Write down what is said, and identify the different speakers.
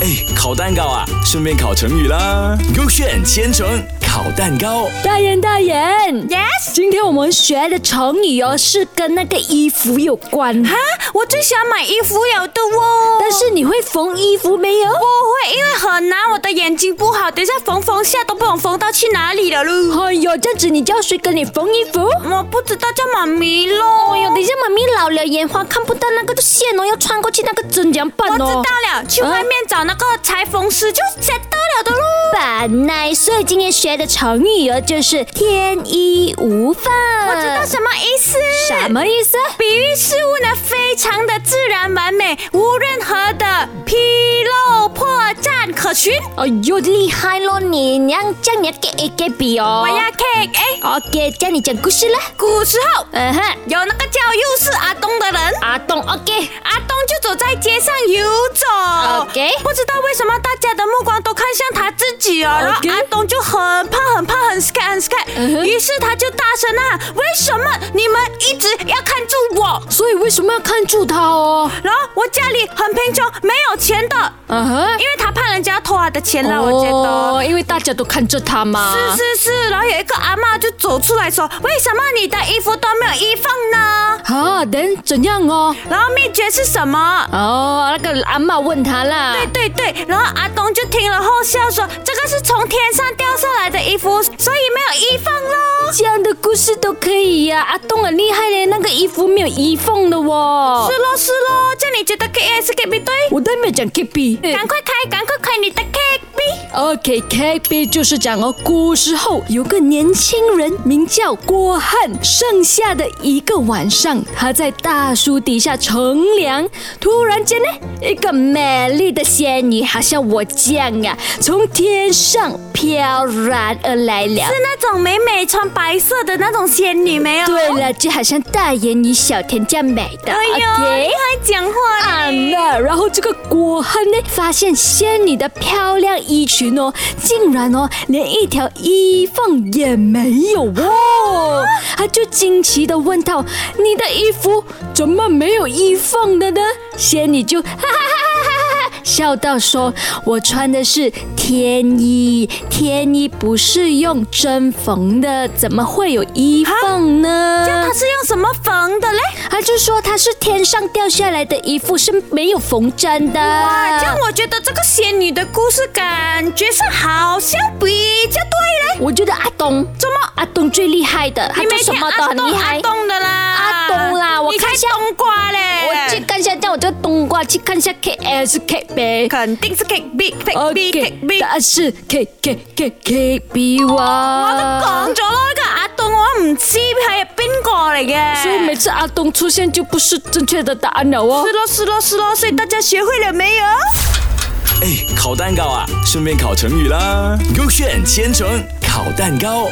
Speaker 1: 哎，烤蛋糕啊，顺便烤成语啦。勾选千层烤蛋糕，
Speaker 2: 大人，大人
Speaker 3: Yes
Speaker 2: 今天我们学的成语哦，是跟那个衣服有关。
Speaker 3: 啊，我最喜欢买衣服有的哦。
Speaker 2: 但是你会缝衣服没有？
Speaker 3: 不会，因为很难，我的眼睛不好，等一下缝缝下都不懂缝到去哪里了喽。
Speaker 2: 哎呦，这样子你叫谁给你缝衣服？
Speaker 3: 我不知道叫妈咪
Speaker 2: 哎
Speaker 3: 咯。
Speaker 2: 呦，等一下妈咪老了眼花看不到那个线哦，要穿过去那个针怎样办
Speaker 3: 我
Speaker 2: 哦？
Speaker 3: 知道了，去外面找那个裁缝师就 set 到了的喽。
Speaker 2: 本来，所以今天学的成语哦，就是天衣无缝。我
Speaker 3: 知道什么意思？
Speaker 2: 什么意思？
Speaker 3: 比喻事物呢，非常的自然完美，无任何的纰漏破绽可循。
Speaker 2: 哎呦，厉害咯你！你要这样你要给 A 给 B 哦。
Speaker 3: 我要 cake，哎，
Speaker 2: OK，这样你讲故事啦。
Speaker 3: 古时候
Speaker 2: 嗯哼，
Speaker 3: 有那个叫幼师阿东的人，
Speaker 2: 阿东 OK。
Speaker 3: 阿东就走在街上游走。
Speaker 2: OK
Speaker 3: 不知道为什么大家的目光都看向他自己哦，然后
Speaker 2: OK
Speaker 3: 阿东就很怕很怕很 scared 很 scared，、
Speaker 2: 嗯哼
Speaker 3: 于是他就大声呐喊：为什么你们一直要看住我？
Speaker 2: 所以为什么要看住他哦？
Speaker 3: 然后我家里很贫穷，没有钱的，
Speaker 2: 嗯哼，
Speaker 3: 因为他怕人家偷他的钱了，我觉得。
Speaker 2: 哦，因为大家都看着他嘛。
Speaker 3: 是是是，然后有一个阿嬷就走出来说：“为什么你的衣服都没有衣放呢
Speaker 2: 啊，等怎样哦？”
Speaker 3: 然后秘诀是什么？
Speaker 2: 어,哦，那个阿嬷问他啦。
Speaker 3: 对对对，然后阿东就听了后笑说：“这个是从天上掉下来的衣服，所以没有衣放喽。
Speaker 2: 这样的故事都可以呀、阿东很厉害嘞，那个衣服没有衣缝的哦”。
Speaker 3: 是咯是咯，这样你觉得 K A 是 K B 对？
Speaker 2: 我都没有讲 K B，
Speaker 3: 赶快开，赶快开你的 K B。
Speaker 2: OK K B 就是讲哦，古时候有个年轻人名叫郭汉，盛夏的一个晚上，他在大树底下乘凉，突然间呢，一个美丽的仙女，好像我这样呀、从天上飘然而来了。
Speaker 3: 是那种美美穿白色的那种仙女没有？
Speaker 2: 对了，就好像大眼女小田这样美的。
Speaker 3: 哎呦
Speaker 2: OK
Speaker 3: 你。还讲话
Speaker 2: 啊
Speaker 3: 嘞！
Speaker 2: 那，然后这个郭汉呢，发现仙女的漂亮衣裙哦，竟然哦，连一条衣缝也没有哦，他就惊奇的问道：“你的衣服怎么没有衣缝的呢？”仙女就哈哈哈哈哈哈笑到说：“我穿的是天衣，天衣不是用针缝的，怎么会有衣缝呢？”
Speaker 3: 他是用什么缝的嘞？
Speaker 2: 他就说他是天上掉下来的衣服，是没有缝针的。
Speaker 3: 啊，这样我觉得这个仙女的故事感觉上好像比较对嘞。
Speaker 2: 我觉得阿东，
Speaker 3: 怎么？
Speaker 2: 阿东最厉害的，他
Speaker 3: 你
Speaker 2: 做
Speaker 3: 没
Speaker 2: 什
Speaker 3: 听
Speaker 2: 么都
Speaker 3: 阿
Speaker 2: 很
Speaker 3: 东
Speaker 2: 厉
Speaker 3: 阿
Speaker 2: 害。
Speaker 3: 东哎的啦，
Speaker 2: 阿东啦我
Speaker 3: 你
Speaker 2: 看
Speaker 3: 才
Speaker 2: 一下
Speaker 3: 冬瓜嘞。
Speaker 2: 我去看一下，叫我这个冬瓜去看一下 K S K 呗。
Speaker 3: 肯定是 K B K B K B。
Speaker 2: 答案是 K K K K B
Speaker 3: 我都
Speaker 2: 哇。
Speaker 3: 講咗咯，呢個阿東我唔知係邊個嚟嘅。
Speaker 2: 所以每次阿东出现就不是正确的答案了哦
Speaker 3: 是。咯是咯是咯，所以大家学会了没有？
Speaker 1: 哎，烤蛋糕啊，顺便烤成语啦。勾选千层烤蛋糕。